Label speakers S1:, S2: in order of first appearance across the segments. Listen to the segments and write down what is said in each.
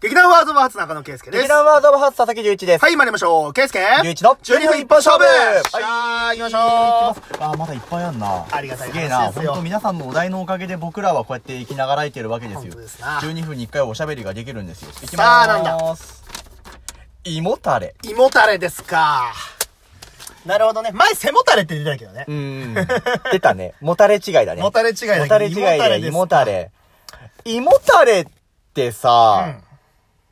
S1: 劇団ワードバーツ中野圭介です。
S2: 劇団ワードオブハーツ佐々木隆一です。
S1: はい、参りましょう。圭介
S2: 隆一の
S1: 12分一本勝負
S2: は
S1: はい、行きましょう。
S2: あー、まだいっぱいあんな。
S1: ありがたい話
S2: すげえな。
S1: です
S2: 本
S1: よ
S2: 当皆さんのお題のおかげで僕らはこうやって生きながらえてるわけです
S1: 本
S2: よ。
S1: 当ですな
S2: 12分に1回おしゃべりができるんですよ。いきまーす。
S1: さあなんだ
S2: 胃もたれ。
S1: 胃もたれですか。なるほどね。前、背もたれって出てたけどね
S2: う。ん。出たね。もたれ違いだね。
S1: もたれ違いだけど
S2: もたれ違い
S1: 胃もたれ
S2: で
S1: です
S2: 胃もたれ。胃もたれってさ、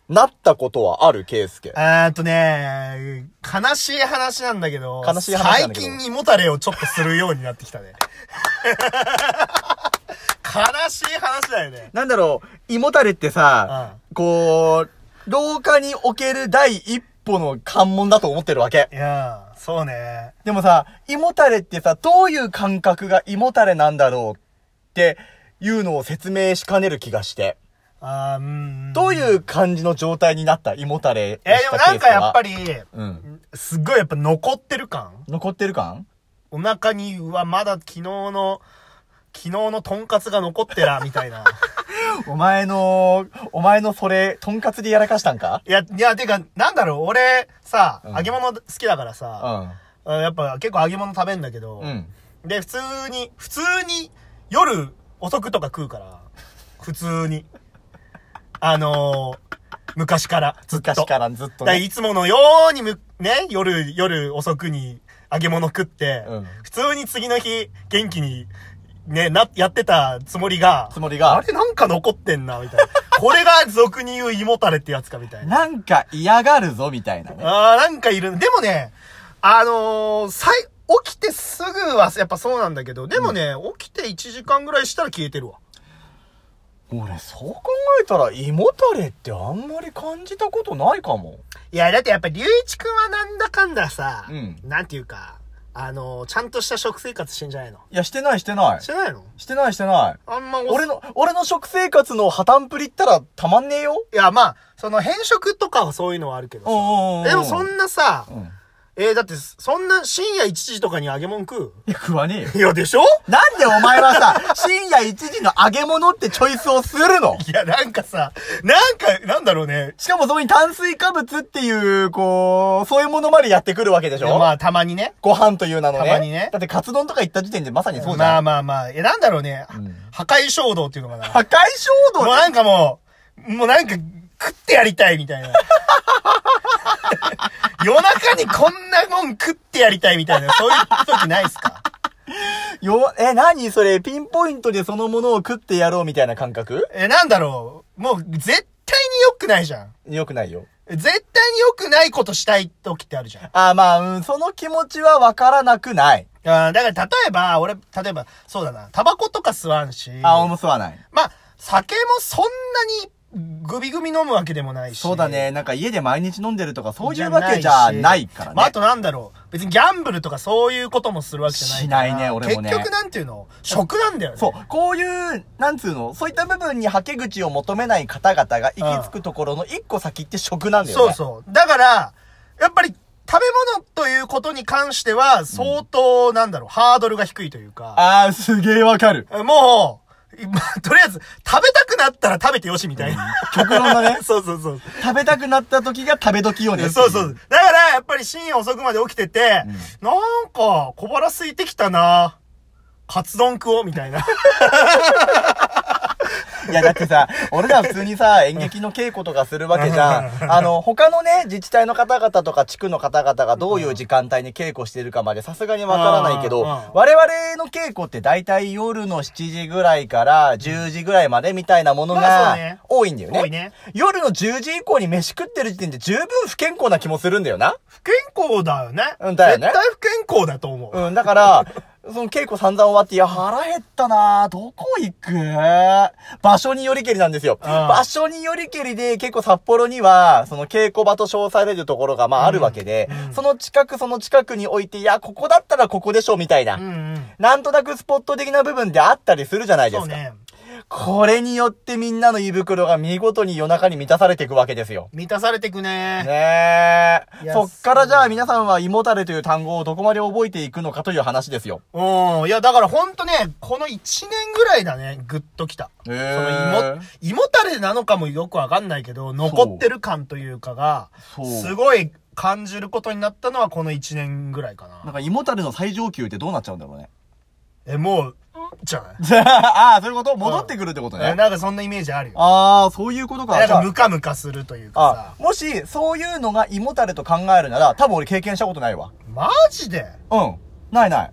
S2: なったことはあるケースケ。
S1: えーっとね、悲しい話なんだけど、
S2: 悲しい話なんだけど
S1: 最近胃もたれをちょっとするようになってきたね。悲しい話だよね。
S2: なんだろう、胃もたれってさ、こう、廊下における第一歩の関門だと思ってるわけ
S1: い。やー、そうね。
S2: でもさ、胃もたれってさ、どういう感覚が胃もたれなんだろうっていうのを説明しかねる気がして。
S1: あー、うん。
S2: どういう感じの状態になった胃もたれ
S1: えーでもなんかやっぱ
S2: り。
S1: り、
S2: うん。
S1: すっごいやっぱ残ってる感
S2: 残ってる感
S1: お腹に、うわ、まだ昨日の、昨日のトンカツが残ってら、みた いな。
S2: お前の、お前のそれ、とんかつでやらかしたんか
S1: いや、いや、てか、なんだろう、俺、さ、
S2: うん
S1: 揚げ物好きだから
S2: う
S1: さ、
S2: ん。
S1: あやっぱ結構揚げ物食べんだけど、
S2: うん。
S1: で、普通に、普通に、夜遅くとか食う から、普通に。あのー昔から、ずっと。
S2: 昔からずっと
S1: だから
S2: ね。
S1: いつものようにむ、ね、夜、夜遅くに揚げ物食って、
S2: うん
S1: 普通に次の日、元気に、ね、な、やってたつもりが、
S2: つもりが
S1: あれなんか残ってんな、みたいな。 これが俗に言う胃もたれってやつか、みたいな。
S2: なんか嫌がるぞ、みたいなね。
S1: あー、なんかいる。でもね、あのー、さい、起きてすぐはやっぱそうなんだけど、でもね、起きて1時間ぐらいしたら消えてるわ。
S2: 俺、そう考えたら、胃もたれってあんまり感じたことないかも。
S1: いや、だってやっぱ、り隆一くんはなんだかんださ、
S2: うん
S1: なんていうか、あのー、ちゃんとした食生活してんじゃないの
S2: いや、してない、してない
S1: し。てないの
S2: してない、してない。
S1: あんま俺
S2: 俺
S1: の、
S2: の、俺の食生活の破綻ぷりったらたまんねえよ。
S1: いや、まあ、その変色とかはそういうのはあるけどさ
S2: おうおうおう
S1: でもそんなさ、
S2: ん。
S1: えー、だって、そんな深夜1時とかに揚げ物食
S2: いや、食わねえよ。
S1: ういや、でしょ
S2: なんでお前はさ、 深夜1時の揚げ物ってチョイスをするの
S1: いや、なんかさ、なんか、なんだろうね。
S2: しかもそこに炭水化物っていう、こう、そういうものまでやってくるわけでしょ、
S1: まあ、たまにね。
S2: ご飯という名のね。
S1: たまにね
S2: だってカツ丼とか行った時点でまさにそうじ
S1: ま
S2: ゃ
S1: あ
S2: ん。
S1: まあまあ、え、なんだろうね。
S2: ん
S1: 破壊衝動っていうのかな。
S2: 破壊衝
S1: もう
S2: 動
S1: なんかもう、もうなんか、食ってやりたいみ たいな。夜中にこんなもん食ってやりたいみたいな、そういう時ないっすか
S2: よ、え、何それ、ピンポイントでそのものを食ってやろうみたいな感覚
S1: え、なんだろう。もう、絶対に良くないじゃん。
S2: よくないよ。
S1: 絶対に良くないことしたい時ってあるじゃん。
S2: あーまあ、うん、その気持ちはわからなくない。
S1: あーだから例えば、俺、例えば、そうだな、タバコとか吸わんし、
S2: あ、
S1: ま
S2: 俺も吸わない。
S1: あ、酒もそんなにグビグビ飲むわけでもないし。
S2: そうだね。なんか家で毎日飲んでるとか、そうい
S1: じゃ
S2: う
S1: な
S2: わ
S1: し。
S2: けじゃないからね。
S1: まあ、あとなんだろう。別にギャンブルとかそういうこともするわけじゃないから。
S2: しないね俺もね
S1: 結局なんていうの食なんだよね。
S2: そう。こういう、なんつうの、そういった部分に吐け口を求めない方々が行き着くところの一個先って食なんだよ
S1: そ
S2: ね。
S1: うそう。だから、やっぱり、食べ物ということに関しては、相当、なんだろう、ハードルが低いというか。
S2: あー、すげえわかる。
S1: もう、ま あとりあえず、食べたくなったら食べてよしみたいな。
S2: 極論だね
S1: そうそうそう。
S2: 食べたくなった時が食べ時よね。
S1: そうそう。。だから、やっぱり深夜遅くまで起きてて、なんか、小腹空いてきたな。カツ丼食おうみたいな。
S2: いや、だってさ、俺ら普通にさ、演劇の稽古とかするわけじゃん。あの、他のね、自治体の方々とか地区の方々がどういう時間帯に稽古してるかまでさすがにわからないけど、
S1: うんうん
S2: 我々の稽古って大体夜の7時ぐらいから10時ぐらいまでみたいなもの
S1: まあそうね
S2: が 多いんだよね。
S1: 多いね
S2: 夜の10時以降に飯食ってる時点で十分不健康な気もするんだよな。
S1: 不健康だよね。
S2: うんだよね
S1: 絶対不健康だと思う。
S2: うん、だから、その稽古散々終わって、いや、腹減ったなぁ、どこ行く場所によりけりなんですよ。
S1: ああ
S2: 場所によりけりで、結構札幌には、その稽古場と称されるところが、まああるわけで、その近くその近くに置いて、いや、ここだったらここでしょ、みたいな。
S1: うんうん。
S2: なんとなくスポット的な部分であったりするじゃないで
S1: そ
S2: す
S1: う
S2: か。
S1: ね。
S2: これによってみんなの胃袋が見事に夜中に満たされていくわけですよ。
S1: 満たされてくね
S2: ね
S1: い
S2: え。
S1: や
S2: そっからじゃあ皆さんは胃もたれという単語をどこまで覚えていくのかという話ですよ。
S1: うん。いや、だからほんとね、この1年ぐらいだね、ぐっときた。
S2: へ
S1: そ
S2: え
S1: の胃も、胃もたれなのかもよくわかんないけど、残ってる感というかが、
S2: そう
S1: すごい感じることになったのはこの1年ぐらいか
S2: なん
S1: な。
S2: か胃もたれの最上級ってどうなっちゃうんだろうね。
S1: え、もう、うんじゃない
S2: ああ、そういうこと戻ってくるってこと
S1: え
S2: ね。
S1: なんかそんなイメージあるよ。
S2: ああ、そういうことか。
S1: なん
S2: じゃ
S1: か
S2: あ
S1: ムカムカするというか、
S2: あもし、そういうのが胃もたれと考えるなら、多分俺経験したことないわ。
S1: さ。マジで
S2: うん。ないない。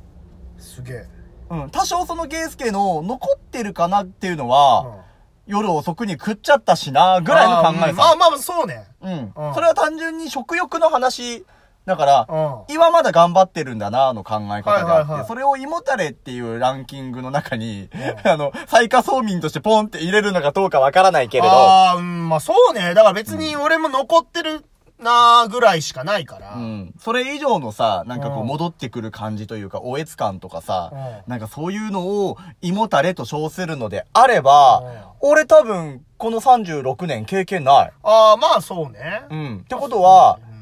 S1: すげえ。
S2: うん。多少そのゲースケの残ってるかなっていうのは、夜遅くに食っちゃったしな、ぐらいの考え
S1: うんまあ
S2: さ。
S1: まあ、そうね。
S2: うん
S1: う。ん
S2: それは単純に食欲の話、だから
S1: うん。、は
S2: 胃はまだ頑張ってるんだな、の考え方で
S1: は
S2: あ
S1: いはいは
S2: っ
S1: い
S2: て、それを胃もたれっていうランキングの中に、あの、最下層民としてポンって入れるのかどうかわからないけれど、
S1: ああ、うん、まあそうね。だから別に俺も残ってるなーぐらいしかないから。
S2: うん。それ以上のさ、なんかこ
S1: う
S2: うん戻ってくる感じというか、おえつ感とかさ
S1: う、
S2: なんかそういうのを胃もたれと称するのであれば、俺多分、この36年経験ない。
S1: ああ、まあそうね。
S2: うん。ってことは、
S1: うん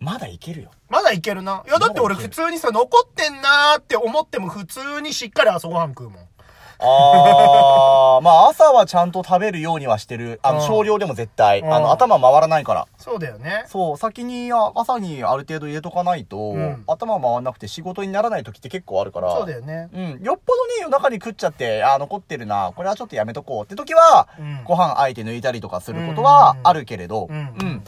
S2: まだいけるよ。
S1: まだいけるな。いや、だって俺普通にさ、残ってんなーって思っても普通にしっかり朝ごはん食うもん。
S2: あー、まあ朝はちゃんと食べるようにはしてる。あの、
S1: うん
S2: 少量でも絶対。
S1: うん
S2: あの、頭回らないから。
S1: そうだよね。
S2: そう、先に、あ朝にある程度入れとかないと、
S1: うん
S2: 頭回らなくて仕事にならない時って結構あるから。
S1: そうだよね。
S2: うん。よっぽどね、夜中に食っちゃって、あー、残ってるな、これはちょっとやめとこうって時は、
S1: うん
S2: ご飯あえて抜いたりとかすることはあるけれど、
S1: うんうん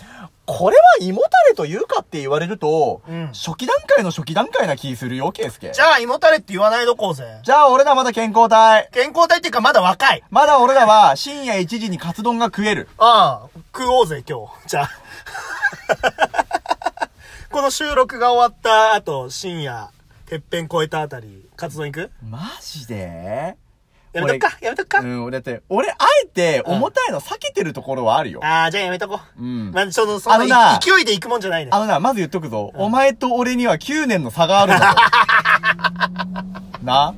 S2: これは胃もたれというかって言われると、
S1: うん
S2: 初期段階の初期段階な気するよ、ケイスケ。
S1: じゃあ、胃もたれって言わないどこうぜ。
S2: じゃあ俺らまだ健康体。
S1: 健康体っていうかまだ若い。
S2: まだ俺らは深夜1時にカツ丼が食える。
S1: ああ、食おうぜ、今日。じゃあ。 この収録が終わった後、深夜、てっぺん越えたあたり、カツ丼行く
S2: マジで
S1: やめとくかやめとくか、
S2: うん、俺だって、俺あえて重たいの避けてるところはあるよ。
S1: ああ、じゃあやめとこう。
S2: うん
S1: まあ、その、その
S2: あのな
S1: 勢いで行くもんじゃないね。
S2: あのな、まず言っとくぞ。お前と俺には9年の差がある だろ。な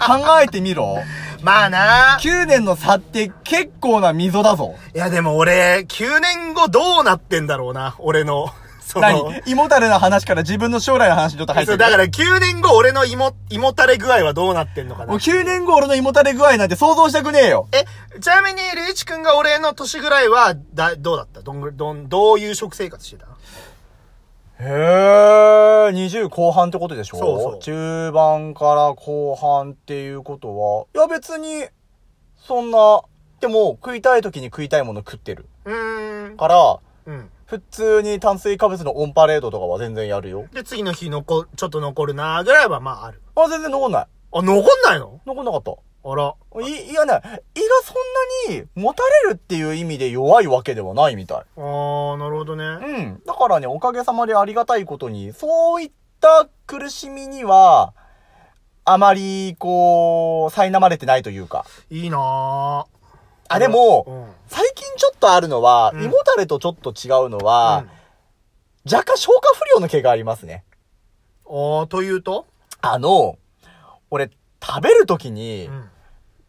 S2: 考えてみろ。
S1: まあな。
S2: 9年の差って結構な溝だぞ。
S1: いや、でも俺、9年後どうなってんだろうな、俺の。 その
S2: 何胃もたれの話から自分の将来の話にちょっと入って
S1: そう
S2: る。
S1: だから9年後俺の胃も、胃もたれ具合はどうなってんのかな。
S2: もう9年後俺の胃もたれ具合なんて想像したくねえよ。
S1: え、ちなみに、リーチ君が俺の年ぐらいは、だ、どうだったどんぐ、どん、どういう食生活してた
S2: へえ、20後半ってことでしょ
S1: そうそう
S2: 中盤から後半っていうことは、いや別に、そんな、でも食いたい時に食いたいもの食ってる。
S1: うーん。
S2: から、
S1: うん。
S2: 普通に炭水化物のオンパレードとかは全然やるよ。
S1: で、次の日残、ちょっと残るなーぐらいは、まあ、ある。
S2: あ、全然残んない。
S1: あ、残んないの
S2: 残んなかった。
S1: あら。
S2: い、いやね、胃がそんなに持たれるっていう意味で弱いわけではないみたい。
S1: あー、なるほどね。
S2: うん。だからね、おかげさまでありがたいことに、そういった苦しみには、あまり、こう、苛まれてないというか。
S1: いいなー。
S2: あ、でも、
S1: うん。
S2: 最近ちょっとあるのは、
S1: うん
S2: 胃もたれとちょっと違うのは、
S1: うん
S2: 若干消化不良の毛がありますね。
S1: あー、というと
S2: あの、俺、食べるときに、
S1: うん。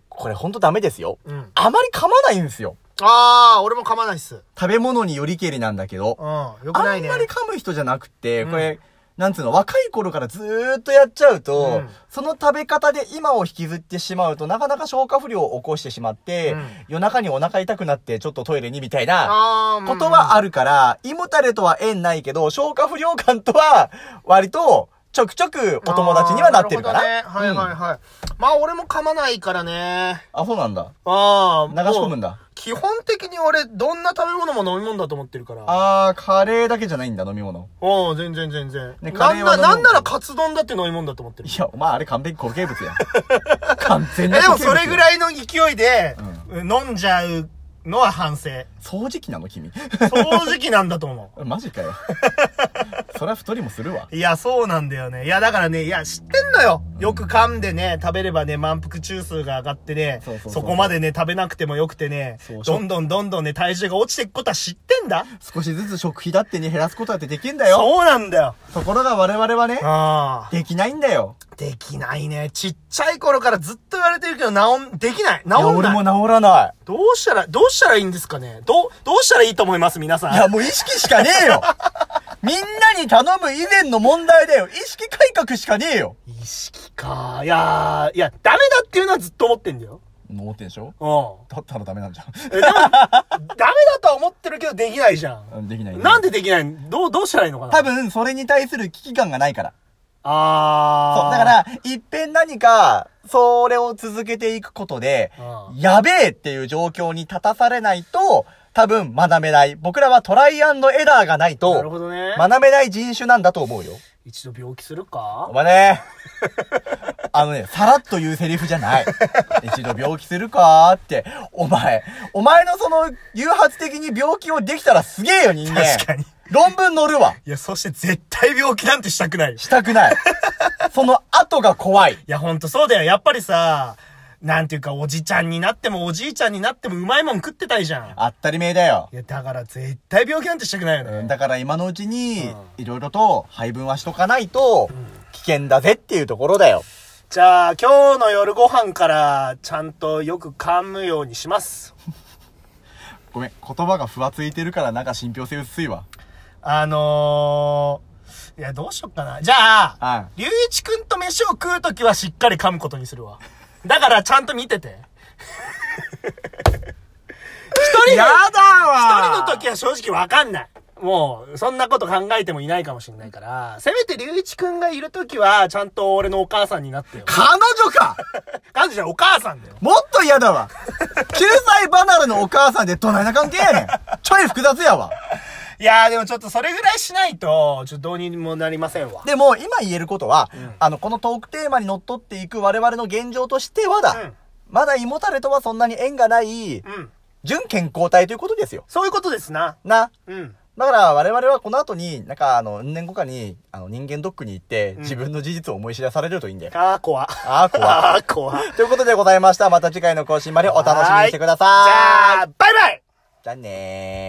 S2: これほんとダメですよ。
S1: うん。
S2: あまり噛まないんですよ。
S1: あー、俺も噛まないっす。
S2: 食べ物によりけりなんだけど
S1: う、ん。よく
S2: あ
S1: ない
S2: ん
S1: ね。
S2: まり噛む人じゃなくて、
S1: うん
S2: これ、なんつうの、若い頃からずーっとやっちゃうと、
S1: うん
S2: その食べ方で今を引きずってしまうとなかなか消化不良を起こしてしまって、
S1: うん
S2: 夜中にお腹痛くなってちょっとトイレにみたいな
S1: あー、
S2: ことは
S1: あ
S2: あるから、胃もたれとは縁ないけど、消化不良感とは割とちょくちょくお友達にはなってるかな。
S1: あーなるほどね。はいはい
S2: うん
S1: はい。まあ、俺も噛まないからね。
S2: あ、そうなんだ。
S1: ああ、
S2: 流し込むん
S1: だ。
S2: だ。
S1: 基本的に俺、どんな食べ物も飲み物だと思ってるから。
S2: あー、カレーだけじゃないんだ、飲み物。
S1: うん、全然全然。
S2: ねカ
S1: な
S2: レ
S1: ん
S2: ーは
S1: な、
S2: 飲
S1: なん
S2: み物
S1: ならカツ丼だって飲み物だと思ってる
S2: い。や、お前あれ完璧固形物やん。 完全
S1: え、
S2: な
S1: で
S2: 固
S1: も
S2: 形物
S1: それぐ
S2: い。
S1: らいの勢いで、飲んじゃうのは反省。
S2: 掃除機なの君。
S1: 正直なんだと思
S2: マジかよ。 そりゃ太りもするわ。
S1: う。いや、そうなんだよね。いや、だからね、いや、知ってんのよ。よく噛んでね、食べればね、満腹中枢が上がってね
S2: そうそう、そう
S1: そこまでね、食べなくてもよくてね
S2: そう、
S1: どんどんどんどんね、体重が落ちていくことは知ってんだ。
S2: 少しずつ食費だってね、減らすことだってできんだよ。
S1: そうなんだよ。
S2: ところが我々はね、
S1: ああ。
S2: できないんだよ。
S1: できないね。ちっちゃい頃からずっと言われてるけど、治ん、できない。治ん
S2: いや、俺
S1: ない。
S2: も治らな
S1: どうしたら、どうしたらいいんですかねどう、どうしたらいいと思います皆さん。
S2: い。いや、もう意識しかねえ よみんなに頼む以前の問題だよ意識改革しかねえよ
S1: 意識か。いやー、いや、ダメだっていうのはずっと思ってんだよ。
S2: 思ってんでしょ
S1: う
S2: だったらダメなんじゃん
S1: ん。えでも、ダメだとは思ってるけど、できないじゃん。
S2: できない、
S1: なんでできないんどう、どうしたらいいのかな
S2: 多。分、それに対する危機感がないから。
S1: あー。
S2: そう。だか、ら、一遍何か、それを続けていくことで、
S1: うん
S2: やべえっていう状況に立たされないと、多分学べない。僕らはトライアンドエラーがない
S1: なるほ
S2: と、
S1: どね。
S2: 学べない人種なんだと思うよ。
S1: 一度病気するか
S2: お前ね、 あのね、さらっと言うセリフじゃない。一度病気するかーって、お前、お前のその、誘発的に病気をできたらすげえよ、人間。
S1: 確かに。
S2: 論文載るわ。
S1: いや、そして絶対病気なんてしたくない。
S2: したくない。その後が怖い。
S1: いや、ほんとそうだよ。やっぱりさ、なんていうか、おじちゃんになってもおじいちゃんになってもうまいもん食ってたいじゃん。
S2: 当たり前だよ
S1: い。や、だから絶対病気なんてしたくないよね。
S2: だから今のうちに
S1: うん、
S2: いろいろと配分はしとかないと、危険だぜっていうところだよ。
S1: じゃあ、今日の夜ご飯から、ちゃんとよく噛むようにします。
S2: ごめん、言葉がふわついてるからなんか信憑性薄いわ。
S1: あのー、いや、どうしよっかな。じゃあ
S2: う、
S1: 龍一くんと飯を食うときはしっかり噛むことにするわ。だから、ちゃんと見てて。一人で、
S2: だ
S1: 一人
S2: わ
S1: の時は正直わかんない。もう、そんなこと考えてもいないかもしれないから、せめて龍一くんがいる時は、ちゃんと俺のお母さんにな ってよ。
S2: 彼女か
S1: 彼女じゃお母さんだよ。
S2: もっと嫌だわ !9 歳離れのお母さんでどないな関係やねんちょい複雑やわ
S1: いやーでもちょっとそれぐらいしないと、ちょっとどうにもなりませんわ。
S2: でも、今言えることは、あの、このトークテーマにのっとっていく我々の現状としてはだ、
S1: うん
S2: まだ胃もたれとはそんなに縁がない、
S1: うん。
S2: 純健康体ということですよ。
S1: そういうことですな。
S2: な。
S1: うん。
S2: だから、我々はこの後に、なんか、あの、何年後かに、あの、人間ドックに行って、自分の事実を思い知らされるといいんだよ。
S1: あー怖。
S2: ああ、怖い。
S1: あー怖。
S2: ということでございました。また次回の更新までお楽しみにしてくださ
S1: じゃ
S2: い。
S1: あ、バイバイ
S2: じゃあねー。